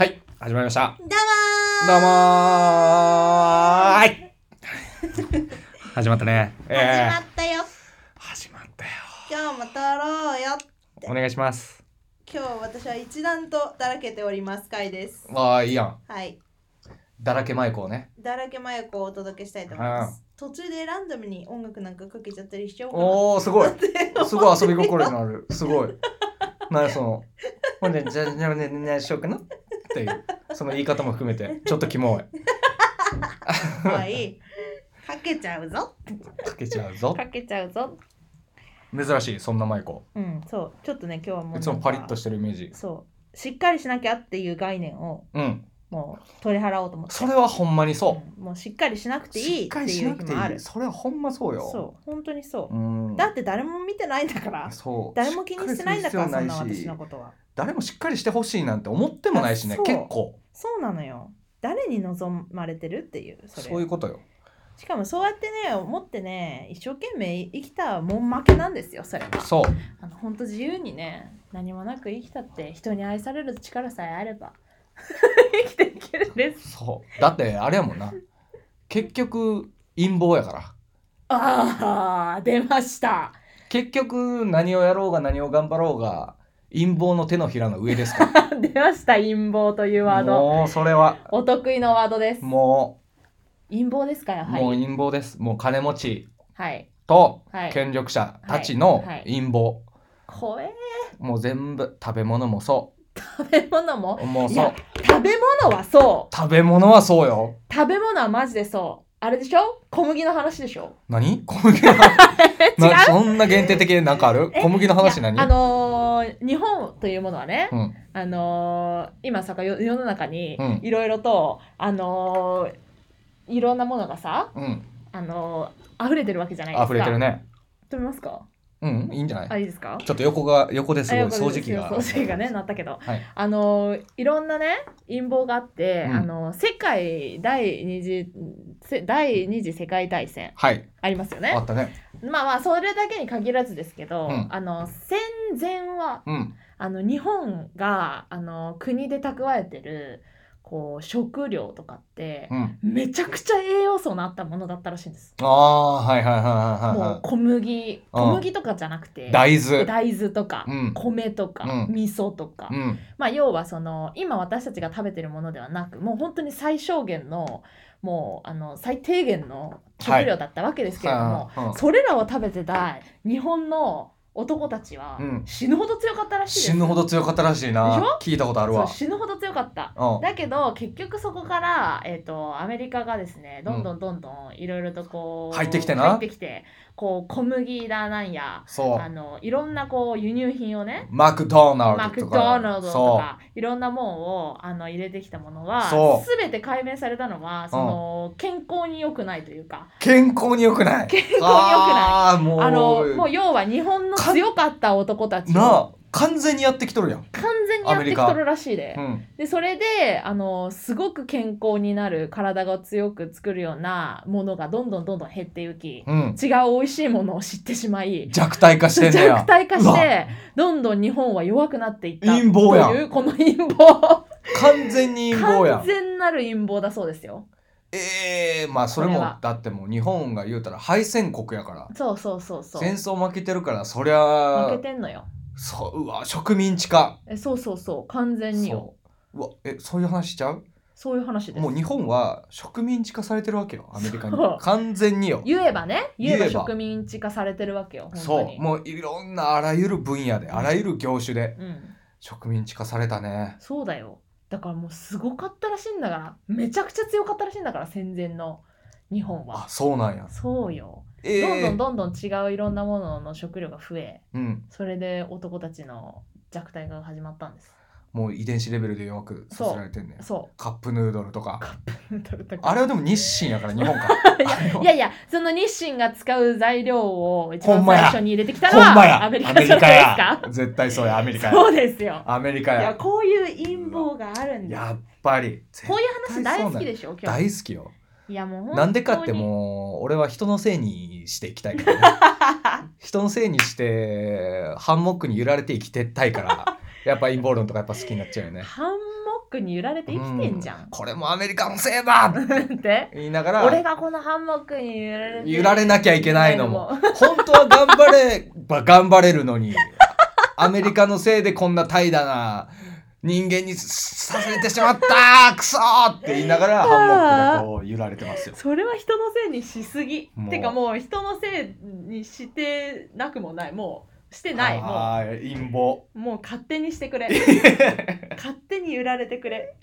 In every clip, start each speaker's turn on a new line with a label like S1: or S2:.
S1: 始まりました。
S2: だわ
S1: どうもーはい。始まったね。
S2: ー、
S1: え
S2: 始まったよ
S1: ー始まったよ。
S2: 今日も撮ろうよ
S1: お願いします。
S2: 今日私は一段とだらけておりますかいです
S1: ああ、いいやん。
S2: はい
S1: だらけ舞子をね。
S2: だらけまゆこをお届けしたいと思います途中でランダムに音楽なんかかけちゃったりしちゃおうかな
S1: おお、すごい。
S2: って
S1: すごい遊び心になる。すごい。なその、ほんで、じゃあ、じゃあ、ね、ね、ね、しようかなっていう、その言い方も含めて、ちょっとキモい。
S2: はいかけちゃうぞ
S1: かけちゃうぞ。
S2: かけちゃうぞ
S1: 珍しい、そんな舞子。
S2: うんそうちょっとね今日はもう
S1: いつもパリッとしてるイメージ。
S2: そうしっかりしなきゃっていう概念を
S1: うん。
S2: もう取り払おうと思って、
S1: それはほんまにそう
S2: もうしっかりしなく
S1: う。
S2: ていいっていう日もある
S1: それはほんまそうよ。
S2: そう本当にそう
S1: う。ん。
S2: だって誰も見てないんだから
S1: そう
S2: 誰も気にしてないんだから
S1: しっ
S2: そ
S1: か
S2: ん
S1: り
S2: な
S1: する
S2: 私
S1: 必要
S2: の
S1: ないし
S2: ことは
S1: 誰もしっかりしてほしいなんて思ってもないしね
S2: あそう
S1: 結構
S2: そうなのよ誰に望まれてるっていうそ
S1: そ
S2: れ
S1: ういうことよ
S2: しかもそうやってね思ってね一生懸命生きたもん負けなんですよそれは
S1: そう
S2: あの本当自由にね何もなく生きたって人に愛される力さえあれば 生きていけるんです
S1: そうだってあれやもんな結局陰謀やから
S2: ああ出ました
S1: 結局何をやろうが何を頑張ろうが陰謀の手のひらの上ですか
S2: 出ました陰謀というワ
S1: ら
S2: ード
S1: もうそれは
S2: お得意のワードです
S1: も
S2: 陰謀ですかや
S1: う、
S2: は
S1: もう
S2: り
S1: 陰謀ですもう金持ち
S2: はい
S1: と
S2: はい
S1: 権力者たちの
S2: はいはい
S1: 陰謀、
S2: 怖え
S1: もう全部食べ物もそ
S2: 食べ物も
S1: うもう
S2: い
S1: そう
S2: や食べ物はそう
S1: 食べ物はそうよ
S2: 食べ物はマジでそうあれでしょ小麦の話でしょ
S1: 何小麦の話なそんな限定的でなんかある
S2: え
S1: 小麦の話
S2: いや
S1: 何
S2: あのー日本というものはね、
S1: うん
S2: あのー今さよ世の中に
S1: うん
S2: いろいろと、あのーいろんなものがさ、
S1: うん
S2: あのー溢れてるわけじゃないですか
S1: 溢れてる
S2: ね
S1: ね
S2: 食べますか
S1: うんいいんじゃな
S2: あ
S1: い
S2: いいですか
S1: ちょっと横が横ですごい
S2: あよか
S1: 掃
S2: った
S1: 除機が
S2: 掃除機がねなったけど、
S1: はい
S2: あのーいろんなね陰謀があって、
S1: うん
S2: あのー世界第二次せ第二次世界大戦
S1: はい
S2: ありますよね
S1: あったね
S2: まあまあそれだけに限らずですけど、
S1: うん
S2: あの戦前は
S1: うん
S2: あの日本があの国で蓄えてるこう食料とかって
S1: うん
S2: めちゃくちゃ栄養素のあったものだったらしいんです。
S1: ああはいはいはいはい
S2: もう
S1: は
S2: 小麦
S1: うん
S2: 小麦とかじゃなくて
S1: い大豆
S2: 大豆とか、
S1: うん
S2: 米とか、
S1: うん
S2: 味噌とか、
S1: うん
S2: まあ要はその今私たちが食べてるものではなくもう本当に最小限のもうあの最低限の食料だったわけですけれども、
S1: はいうん
S2: それらを食べてた日本の男たちは
S1: うん
S2: 死ぬほど強かったらしいです、
S1: 死ぬほど強かったらしいな
S2: でしょ
S1: 聞いたことある
S2: そう
S1: わ
S2: 死ぬほど強かった
S1: うん
S2: だけど結局そこから、えー、とアメリカがですねどんどんどんどんいろいろとこう
S1: 入ってきてな
S2: 入ってきてこう小麦だなんや
S1: そ
S2: あ
S1: う
S2: のいろんなこう輸入品をね
S1: マクドナ
S2: マ
S1: ルド
S2: ク
S1: と
S2: ド
S1: か
S2: ナルドと
S1: そ
S2: かいろんなもんをあの入れてきたものは
S1: そう
S2: 全て解明されたのはその、健康に良くないというか
S1: う健康に良くない
S2: 健康に良くない
S1: ああもう
S2: あのもう要は日本の
S1: か
S2: 強かった男たち
S1: な
S2: を
S1: あ完全にやってきとるやん
S2: 完全にやってきとるらしいで,、
S1: うん
S2: でそれであのすごく健康になる体が強く作るようなものがどんどんどんどん減っていき、
S1: うん
S2: 違う美味しいものを知ってしまい
S1: 弱体化してんねや
S2: 弱体化し
S1: うわ
S2: てどんどん日本は弱くなっていった
S1: 陰謀やん
S2: というこの陰謀
S1: 完全に陰謀やん
S2: 完全なる陰謀だそうですよ
S1: ええまあそれも
S2: それは
S1: だってもう日本が言うたら敗戦国やから
S2: そうそうそうそう
S1: 戦争負けてるからそり
S2: 負
S1: ゃ
S2: けてんのよ
S1: そううわ植民地化
S2: えそうそうそう完全によ
S1: そううわえそういう話しちゃう
S2: そういう話です
S1: もう日本は植民地化されてるわけよアメリカに
S2: そう
S1: 完全によ
S2: 言えばね言えば
S1: 言えば
S2: 植民地化されてるわけよ本当
S1: そ
S2: に
S1: うもういろんなあらゆる分野であらゆる業種で
S2: うん、
S1: 植民地化されたね
S2: そうだよだからもうすごかったらしいんだからめちゃくちゃ強かったらしいんだから戦前の日本
S1: あ
S2: は
S1: そうなんや
S2: そうよ、
S1: ええ
S2: どんどんどんどん違ういろんなものの食料が増え
S1: うん
S2: それで男たちの弱体化が始まったんです
S1: もう遺伝子レベルで弱くさせられてんねん
S2: そ
S1: カップヌードルと
S2: カ
S1: か
S2: う取れたか
S1: あれはでも日清やから日本かあの
S2: いやいや、その日清が使う材料を一
S1: ほ
S2: 番
S1: んま
S2: 最
S1: や
S2: 初に入れてきたの
S1: ほんま
S2: は
S1: や
S2: アメリカじゃないですか
S1: アメリカや絶対そうやアメリカや
S2: そうですよ。
S1: アメリカ
S2: いや、
S1: や
S2: こういう陰謀があるんです。
S1: やっぱり
S2: こういう話大好きでしょ、今
S1: 大
S2: 日。
S1: 好きよ
S2: いや、もう本当に
S1: なんでかってもう俺は人のせいにしていきたい からね人のせいにしてハンモックに揺られて生きてたいからやっぱ陰謀論とかやっぱ好きになっちゃうよ ね。
S2: ハンモックに揺られて生きてんじゃ。
S1: うんこれもアメリカのせいだって
S2: って
S1: 言いなが
S2: 俺
S1: ら
S2: がこのハンモックに揺られて
S1: 揺られなきゃいけないのも本当は頑張れば頑張れるのにアメリカのせいでこんな怠惰な人間にさせてしまったクソって言いながらハンモックがこう揺られてますよ。
S2: それは人のせいにしすぎ
S1: もう
S2: てかもう人のせいにしてなくもないもうしてないも
S1: はーい陰謀。
S2: うもう勝手にしてくれ勝手に揺られてくれ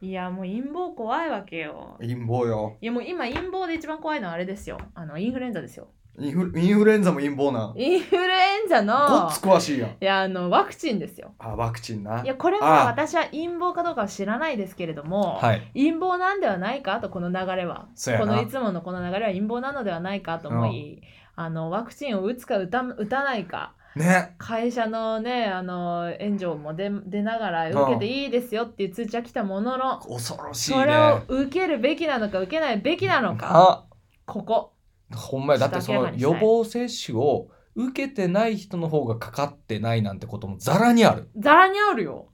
S2: いやもう陰謀怖いわけよ
S1: 陰謀よ。
S2: いやもう今陰謀で一番怖いのはあれですよあのインフルエンザですよ
S1: インフルインフルエンザも陰謀なん。
S2: インフルエンザ
S1: ご
S2: の
S1: っつ詳しいやん。
S2: いやあのワクチンですよ。
S1: あワクチンない
S2: やこれ
S1: あ
S2: は私は陰謀かどうかは知らないですけれども、
S1: はい。
S2: 陰謀なんではないかとこの流れは
S1: そうや
S2: こ
S1: な
S2: のいつものこの流れは陰謀なのではないかと思い、あのワクチンを打つか打た打たないか
S1: ね。
S2: 会社のねあの援助も出出ながら
S1: うん
S2: 受けていいですよっていう通知は来たものの、
S1: 恐ろしいね。
S2: それを受けるべきなのか受けないべきなのか
S1: あ
S2: ここ
S1: ほんまやだってその予防接種を受けてない人の方がかかってないなんてこともざらにある。
S2: ざらにあるよ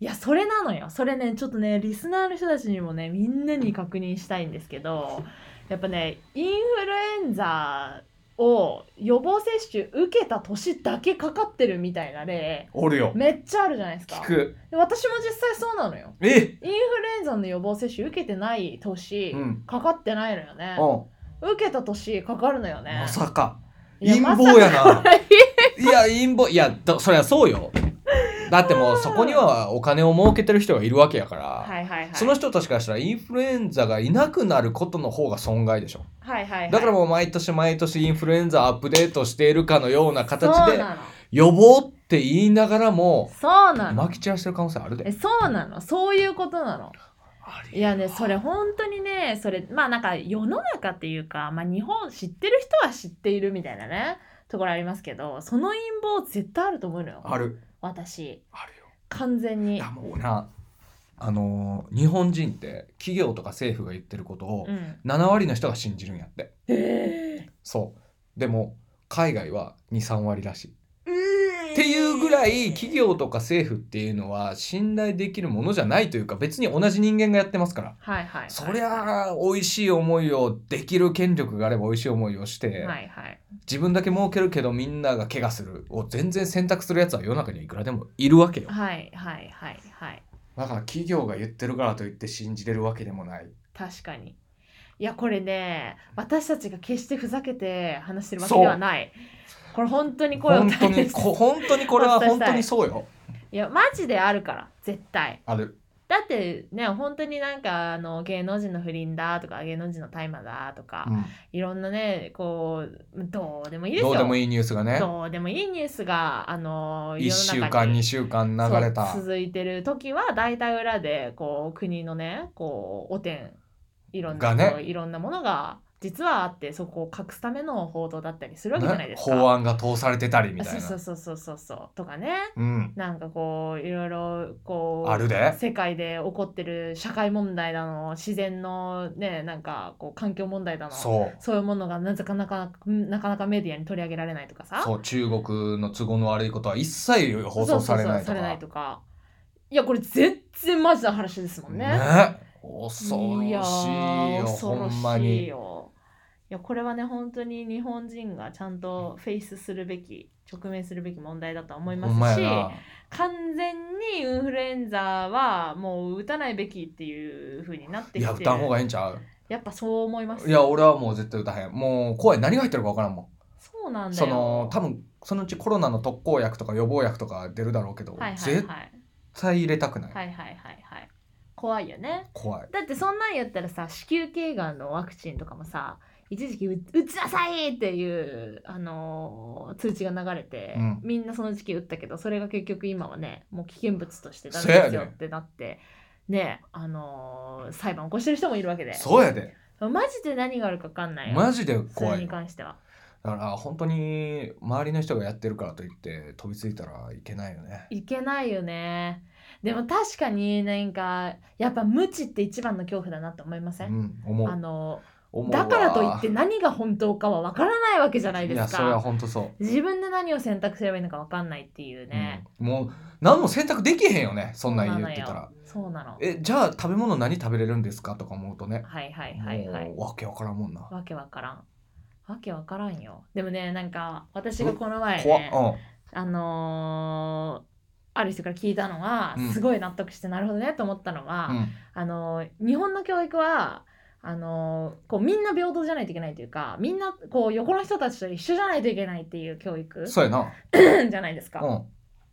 S2: いやそれなのよそれねちょっとねリスナーの人たちにもねみんなに確認したいんですけどやっぱねインフルエンザを予防接種受けた年だけかかってるみたいな例
S1: おるよ。
S2: めっちゃあるじゃないですか
S1: 聞く。
S2: で私も実際そうなのよ
S1: え
S2: インフルエンザの予防接種受けてない年、
S1: うん。
S2: かかってないのよね
S1: うん。
S2: 受けた年かかるのよね
S1: まさか。
S2: いや
S1: 陰謀や
S2: まさ
S1: な。
S2: か
S1: いや、陰謀。いや、だそりゃそうよ。だってもうそこにはお金を儲けてる人がいるわけやから。
S2: はいはいはい
S1: その人たちからしたらインフルエンザがいなくなることの方が損害でしょ。
S2: はいはいはい
S1: だからもう毎年毎年インフルエンザアップデートしているかのような形
S2: そう
S1: で
S2: なの
S1: 予防って言いながらも
S2: そうなの
S1: 撒き散らしてる可能性あるで
S2: え。そうなのそういうことなの
S1: あり
S2: いやねそれ本当にねそれまあなんか世の中っていうか、まあ、日本知ってる人は知っているみたいなねところありますけどその陰謀絶対あると思うのよ
S1: ある
S2: 私
S1: あるよ。
S2: 完全
S1: い
S2: に
S1: やもうなあのー日本人って企業とか政府が言ってることを
S2: うん
S1: 7割の人が信じるんやって。
S2: え
S1: そうでも海外は23割らしい。
S2: ー、
S1: っていうぐらい企業とか政府っていうのは信頼できるものじゃないというか別に同じ人間がやってますから。
S2: はいはいはい
S1: そりゃあ美味しい思いをできる権力があれば美味しい思いをして、
S2: はいはい
S1: 自分だけ儲けるけどみんなが怪我するを全然選択するやつは世の中にはいくらでもいるわけよ
S2: はいはいはいはい
S1: だから企業が言ってるからといって信じれるわけでもない
S2: 確かにいやこれね私たちが決してふざけて話してるわけではないこれ本当に声を
S1: 本当
S2: 大
S1: に
S2: 切
S1: こ本当にこれは本当にそうよ
S2: いやマジであるから絶対
S1: ある
S2: だってね本当になんかあの芸能人の不倫だとか芸能人の大麻だとか、いろんなねこうどうでもいいです
S1: ど
S2: よ
S1: うでもいいニュースがね
S2: どうでもいいニュースがあの
S1: 1週間2週間
S2: そう
S1: 流れた
S2: 続いてる時は大体裏でこう国のねこう汚点いろんな、
S1: がね
S2: こういろんなものが実はあってそこを隠すための報道だったりするわけじゃない
S1: ね
S2: ですか。
S1: 法案が通されてたりみたいな
S2: そうそうそうそうそうとかね
S1: うん
S2: なんかこういろいろこう
S1: あるで
S2: 世界で起こってる社会問題だの自然のねなんかこう環境問題だのそう
S1: そう
S2: いうものがなぜかなかなかなかメディアに取り上げられないとかさ
S1: そう中国の都合の悪いことは一切放送されない
S2: そ
S1: と
S2: うそうそうされな
S1: か
S2: いとかいやこれ全然マジな話ですもんね
S1: ね恐ろしい
S2: や
S1: よ
S2: ー恐
S1: ほ
S2: ろ
S1: んま
S2: しい
S1: に
S2: よいやこれはね本当に日本人がちゃんとフェイスするべき直面するべき問題だとは思い
S1: ほんま
S2: ますし
S1: や
S2: 完全にインフルエンザはもう打たないべきっていう風になって
S1: な
S2: き
S1: い
S2: て
S1: や歌う方がええんちゃう
S2: やっぱそう思います
S1: いや俺はもう絶対歌へんもう声何が入ってるか分からんもん
S2: そうなんだ
S1: そ
S2: よ
S1: の多分そのうちコロナの特効薬とか予防薬とか出るだろうけど、
S2: はいはいはい
S1: 絶対入れたくない、
S2: はいはいはいはい怖いよね
S1: 怖い
S2: だってそんなんやったらさ子宮頸がんのワクチンとかもさ一時期う打ちなさいっていう、あのー通知が流れて、
S1: うん
S2: みんなその時期打ったけどそれが結局今はねもう危険物としてダメ
S1: そうやね
S2: ですよってなってねあのー裁判起こしてる人もいるわけで
S1: そうやで
S2: マジで何があるか分かんないよ
S1: マジで
S2: そ
S1: 怖
S2: れ
S1: い
S2: に
S1: よだ
S2: 関しては
S1: から本当に周りの人がやってるからといって飛びついたらいけないよね
S2: いけないよねでも確かになんかやっぱ無知って一番の恐怖だなって思いませ、
S1: うんん思
S2: あ
S1: う
S2: の
S1: 思うわ
S2: だからといって何が本当かはわからないわけじゃないで
S1: や
S2: す
S1: それは
S2: か。
S1: 本当そう
S2: 自分で何を選択すればいいのかわかんないっていうね。
S1: うんもう何も選択できへんよねそんなん言ってたら
S2: そうなのよ。そうなの
S1: えじゃあ食べ物何食べれるんですかとか思うとね、
S2: はいはいはいはい。
S1: もうわけわからんもんな、
S2: わけわからん。わけわからんよ。でもね、なんか私がこの前、
S1: 怖っ
S2: ね、
S1: うん
S2: あのーある人から聞いたのは
S1: うん
S2: すごい納得して、なるほどねと思ったのは、
S1: うん
S2: あのー日本の教育はあのーこうみんな平等じゃないといけないというかみんなこう横の人たちと一緒じゃないといけないっていう教育じ
S1: そうやな
S2: ゃないですか。
S1: うん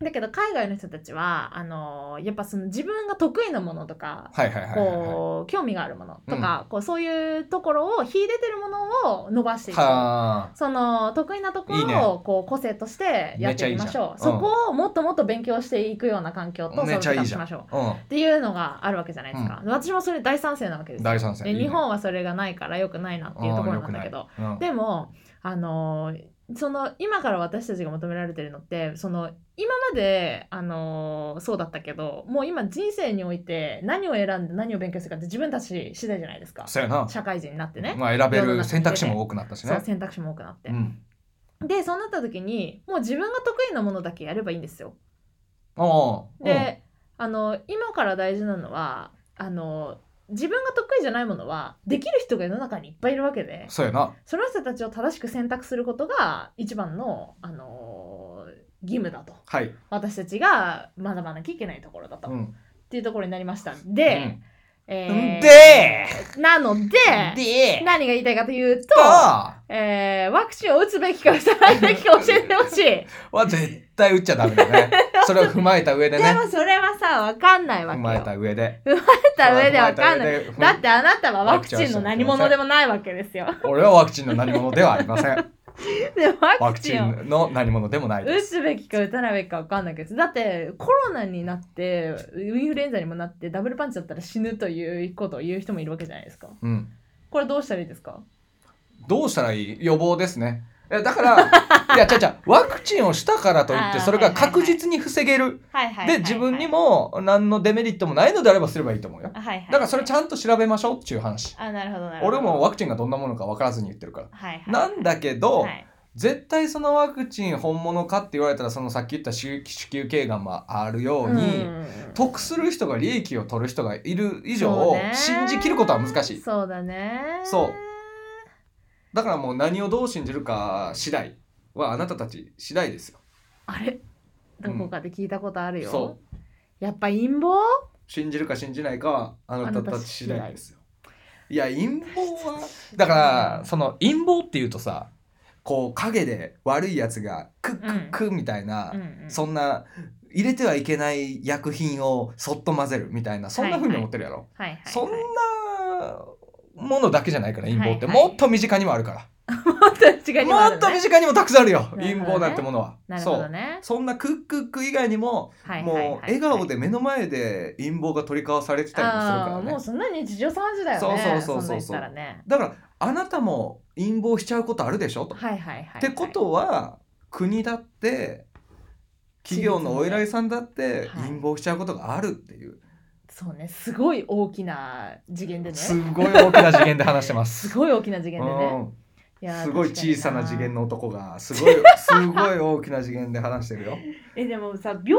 S2: だけど海外の人たちはあのやっぱその自分が得意なものとか
S1: はいはいはいはいは
S2: こう興味があるものとか、こうそういうところを秀でてるものを伸ばして
S1: い
S2: いく
S1: は
S2: その得意なところを
S1: いいね
S2: こう個性としてやっていきましょう
S1: めちゃいいじゃん
S2: そこをもっともっと勉強していくような環境と
S1: め
S2: 育
S1: ちゃいい
S2: ち
S1: じ
S2: し
S1: ゃん
S2: ましょう
S1: あ
S2: っていうのがあるわけじゃないですか、私もそれ大賛成なわけ
S1: う
S2: で
S1: ん
S2: すよ
S1: 大賛成
S2: で
S1: いいね
S2: 日本はそれがないからよくないなっていうところなんだけど
S1: あー良くない
S2: でもあのその今から私たちが求められてるのってその今まであのそうだったけどもう今人生において何を選んで何を勉強するかって自分たち次第じゃないです
S1: う
S2: か
S1: ん、そうやな、
S2: 社会人になってね、
S1: まあ選べる選択肢も多くなったし
S2: そう
S1: ね
S2: 選択肢も多くなって、
S1: うん
S2: でそうなった時にもう自分が得意なものだけやればいいんですよ。
S1: ああ
S2: で、あの今から大事なのはあの自分が得意じゃないものはできる人が世の中にいっぱいいるわけで
S1: うん、そうやな
S2: その人たちを正しく選択することが一番の、あのー義務だと
S1: はい、
S2: 私たちが学ばなきゃいけないところだと、
S1: う
S2: っ
S1: ん
S2: ていうところになりました
S1: う
S2: で、
S1: ん、
S2: えー
S1: で
S2: なので
S1: で
S2: 何が言いたいかというと、
S1: か
S2: えーワクチンを打つべきか打たないべきか教えてほしい
S1: は絶対打っちゃダメだ ねそれを踏まえた上で
S2: で
S1: ね
S2: もそれはさ分かんない
S1: 踏
S2: わけよ
S1: まえた
S2: 踏
S1: 上で
S2: まえた上で分かんない
S1: 踏ま
S2: だ
S1: えた上
S2: っ
S1: で
S2: てあなたはワクチンの何者でもないわけですよ。
S1: 俺はワクチンの何者ではありません
S2: でワ
S1: ワ
S2: ク
S1: ク
S2: チ
S1: チ
S2: ンを
S1: ンの何者でもないで
S2: 打
S1: す
S2: つべきか打たないべきか分かんないけどだってコロナになってインフルエンザにもなってダブルパンチだったら死ぬということを言う人もいるわけじゃないですか。
S1: うん
S2: これどうしたらいいですか
S1: どうしたらいい予防ですねえだからいや違う違うワクチンをしたからといっ
S2: あー
S1: てそれが確実に防げる
S2: はいは
S1: で自分にも何のデメリットもないのであればすればいいと思うよ
S2: はいはい、
S1: だからそれち
S2: ん
S1: ゃんと調べましょうっていう話
S2: あなるほどな
S1: 俺もワクチンがどんなものか分からずに言ってるから
S2: はいはい、
S1: なんだけど、
S2: はい
S1: 絶対そのワクチン本物かって言われたらそのさっき言った子子宮頸がんもあるように、得する人が利益を取る人がいる以上
S2: そうね
S1: 信じきることは難しい
S2: そうだね
S1: そうだからもう何をどう信じるか次第はあなたたち次第ですよ
S2: あれどこかで聞いたことあるよ、
S1: そ
S2: やっぱ陰謀
S1: 信じるか信じないかはあなたたち次第
S2: あなたたち次第
S1: ですよいや陰謀はだ からその陰謀っていうとさこう影で悪いやつがクックックッみたいな、
S2: うんうん
S1: そんな入れてはいけない薬品をそっと混ぜるみたいなそんな風に思ってるやろ、
S2: はいはいはい、
S1: そんなものだけじゃないから陰謀って、
S2: はいはい
S1: もっと身近にもあるから
S2: 確かにあ
S1: も
S2: る
S1: っと
S2: ね
S1: 身近にもたくさんあるよ
S2: ほどね
S1: 陰謀なんてものは、
S2: なるほ
S1: そ
S2: ど
S1: う
S2: ね
S1: そんなクックック以外にも、
S2: はいはいはい
S1: もう笑顔で目の前で陰謀が取り交わされてたりもする
S2: あ
S1: か
S2: あ
S1: ら
S2: もう
S1: ね
S2: そんな日常茶飯事だよね
S1: そうそうそうそうそうん
S2: なん言ったらね
S1: だからあなたも陰謀しちゃうことあるでしょと、
S2: はいはいはい
S1: ってことは国だって企業のお偉いさんだって
S2: はい
S1: 陰謀しちゃうことがあるっていう、
S2: そうねすごい大きな次元でね
S1: すごい大きな次元で話してます。
S2: すごい大きな次元で
S1: う
S2: ね
S1: ん
S2: いやー
S1: すごい
S2: 確かに
S1: 小さな次元の男がすごいすごい大きな次元で話してるよ。
S2: えでもさ病院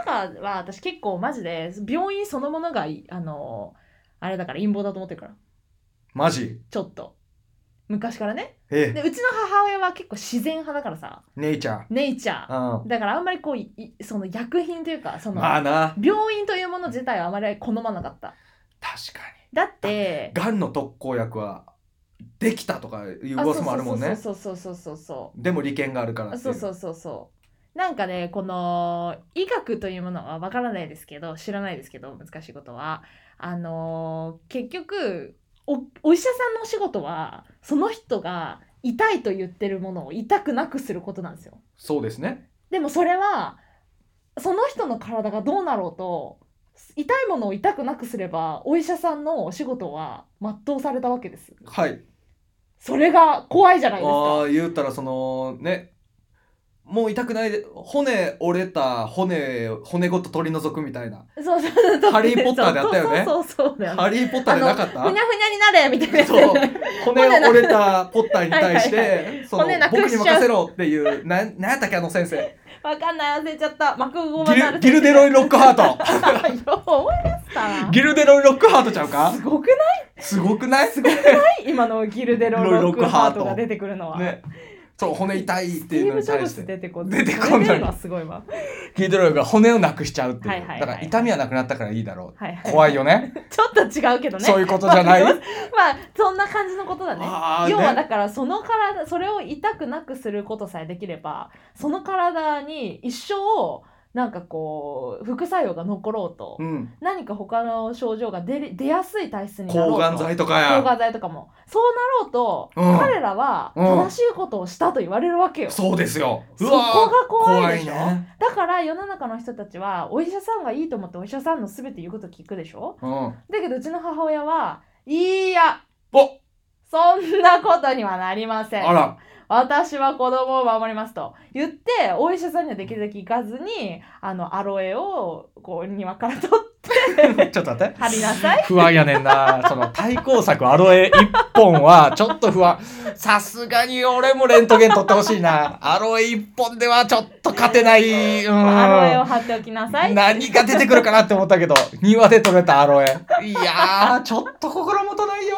S2: とかは私結構マジで病院そのものがいあのーあれだから陰謀だと思ってるから
S1: マジ
S2: ちょっと昔からね
S1: え
S2: でうちの母親は結構自然派だからさ
S1: 姉ちゃん。
S2: ネイチャ
S1: う
S2: ーだからあんまりこういいその薬品というかそ
S1: ん。
S2: の
S1: まあな
S2: 病院というもの自体はあまり好まなかった
S1: 確か
S2: だって
S1: に。がんの特効薬はできたとかいう
S2: あ
S1: 噂もあるもんね。
S2: そうそうそうそうそうそ
S1: でも利権があるから。
S2: うそうそううそうそうなんかねこの医学というものはわからないですけど知らないですけど難しいことはあのー結局おお医者さんのお仕事はその人が痛いと言ってるものを痛くなくすることなんですよ
S1: そうですね。
S2: でもそれはその人の体がどうなろうと痛いものを痛くなくすればお医者さんのお仕事は全うされたわけです
S1: はい。
S2: それが怖いじゃないですか
S1: ああ言ったらそのねもう痛くないで骨折れた骨骨ごと取り除くみたいな
S2: そうそうそう
S1: ハリーポッターであったよね
S2: そうそうそうそうだよね
S1: ハリー・ポッターでなかっ
S2: ふにゃふに
S1: た
S2: ゃになれみたいなやつ
S1: そう骨
S2: 骨な
S1: 折れたポッターに対し
S2: はいは
S1: てその
S2: 骨なく
S1: 僕
S2: しちゃう
S1: に任せろっていうななんやったっけあの先生
S2: わかんない忘れちゃったマクゴ
S1: ギ
S2: マ
S1: ルギルデロイ・ロックハー
S2: あよう思い出したな
S1: トギルデロイ・ロックハートちゃうか
S2: すごくな
S1: すごくないすごい
S2: い今のギルデロロックハートが出てくるの は、
S1: ねそう骨痛いっ
S2: ス
S1: てい
S2: ティ
S1: うの
S2: ーブ・
S1: に
S2: ジョブ
S1: 対し
S2: ズ
S1: て
S2: 出てこ
S1: 出てこない
S2: 出るのはすごいわ
S1: ギルデロイが骨をなくしちゃうっていう、
S2: はいはいはい
S1: だから痛みはなくなったからいいだろ
S2: はいうはい
S1: 怖いよね
S2: ちょっと違うけ どね
S1: そういうことじゃ ない
S2: まあそんな感じのことだね
S1: あー
S2: 要は
S1: ね
S2: だからその体それを痛くなくすることさえできればその体に一生なんかこう副作用が残ろうと、
S1: うん
S2: 何か他の症状が出り出やすい体質になろうと
S1: 抗がん剤とか
S2: 抗
S1: や
S2: がん剤とかもそうなろうと、
S1: うん
S2: 彼らは
S1: うん
S2: 正しいことをしたと言われるわけよ、
S1: そうですよう
S2: そ
S1: わ
S2: こ
S1: ー
S2: が怖いでしょ
S1: 怖いね
S2: だから世の中の人たちはお医者さんがいいと思ってお医者さんの全て言うこと聞くでしょ
S1: うんお
S2: だけどうちの母親はいいやそんなことにはなりません
S1: あら
S2: 私は子供を守りますと言ってお医者さんにはできるだけ行かずにあのアロエをこう庭から取って
S1: ちょっと待って
S2: 貼りなさい
S1: 不安やねんなその対抗策アロエ1本はちょっと不安さすがに俺もレントゲン取ってほしいなアロエ1本ではちょっと勝てないうん
S2: アロエを貼っておきなさい
S1: 何が出てくるかなって思ったけど庭で取れたアロエいやーちょっと心もとないよ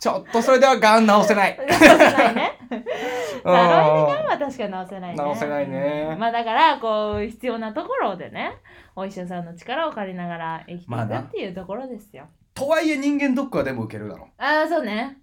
S1: ちょっとそれではがん治せない
S2: 直せないね。
S1: うん
S2: アロエでガンは確かに直せないね。
S1: 直せないね
S2: まあだからこう必要なところでね、お医者さんの力を借りながら生きてい
S1: まあ
S2: く
S1: な
S2: っていうところですよ。
S1: とはいえ人間ドックはでも受けるだろ
S2: ああそうね。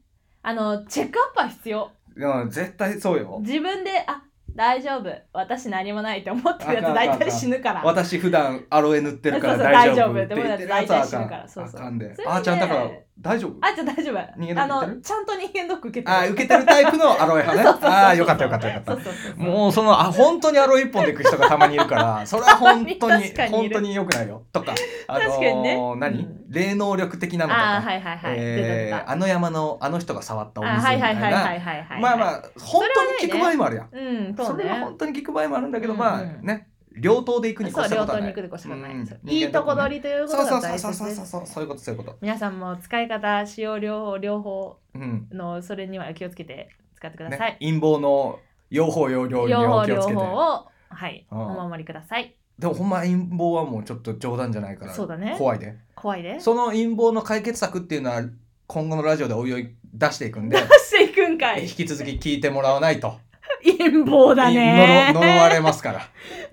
S2: あのチェックアップは必要。
S1: うん絶対そうよ
S2: 自分であ大丈夫私何もないって思ってる
S1: あかんあ
S2: やつ
S1: かん
S2: 大体死ぬから。
S1: 私普段アロエ塗ってるから
S2: そうそう
S1: 大丈夫
S2: 大
S1: っ
S2: 丈
S1: て
S2: 夫
S1: 言ってるやつはあか
S2: でも大体死ぬから
S1: ん
S2: そうそう
S1: あかんで
S2: それで
S1: あーちゃんだから大丈夫
S2: あじゃあ大丈夫。
S1: 人
S2: あ
S1: 間ドック受けて
S2: の
S1: る
S2: ちゃんと人間ドック受けて
S1: あー受けてるタイプのアロエ 派ねああーよかったよかったよかった
S2: そうそうそうそう。
S1: もうそのあ本当にアロー一本で行く人がたまにいるから それは本当に
S2: 確かにい
S1: 本
S2: る
S1: 当に良くないよとかあ
S2: 確かにね
S1: のー何、
S2: うん
S1: 霊能力的なのと
S2: ああ
S1: か
S2: はいはいはい。
S1: え
S2: 出た出
S1: ー
S2: た
S1: あの山のあの人が触ったお水
S2: あ
S1: み
S2: は
S1: た
S2: い
S1: い
S2: はいはいはい
S1: な
S2: はいはい。
S1: まあま
S2: あ。
S1: あ本当に聞く場合もあるやん
S2: うんそ
S1: そうれは
S2: ね。
S1: 本当に聞く場合もあるんだけど、
S2: うん
S1: まあ
S2: うん
S1: ね両党で行くに越
S2: そう
S1: した
S2: 両
S1: ことは
S2: 方に
S1: な
S2: 行
S1: い
S2: くでこしかない、
S1: うん
S2: そういいとこ取りというこ
S1: そ
S2: と
S1: うそ
S2: が
S1: うそう
S2: 大
S1: そう
S2: 切
S1: そう
S2: で
S1: そう
S2: す
S1: そうそういうことそういうこと
S2: 皆さんも使い方使用療法両方
S1: うん
S2: のそれには気をつけて使ってくださ
S1: ね
S2: い、
S1: 陰謀の用法用量に
S2: 両方
S1: 気を
S2: 両
S1: つけて
S2: 方をはい
S1: うん
S2: お守りください
S1: でもほんま陰謀はもうちょっと冗談じゃないから
S2: そうだね
S1: 怖いで
S2: 怖いで
S1: その陰謀の解決策っていうのは今後のラジオでおいおい出していくん
S2: 出
S1: で、
S2: していくんかい
S1: 引き続き聞いてもらわないと、
S2: 陰謀だね
S1: い呪呪われますから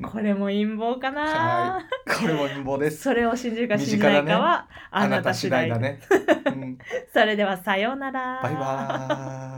S2: これも陰謀かな、
S1: はこれも陰謀です
S2: それを信じるか信じないかはあ
S1: あな
S2: なた
S1: た
S2: 次
S1: 次
S2: 第
S1: 第だね、うん
S2: それではさようなら
S1: バイバーイ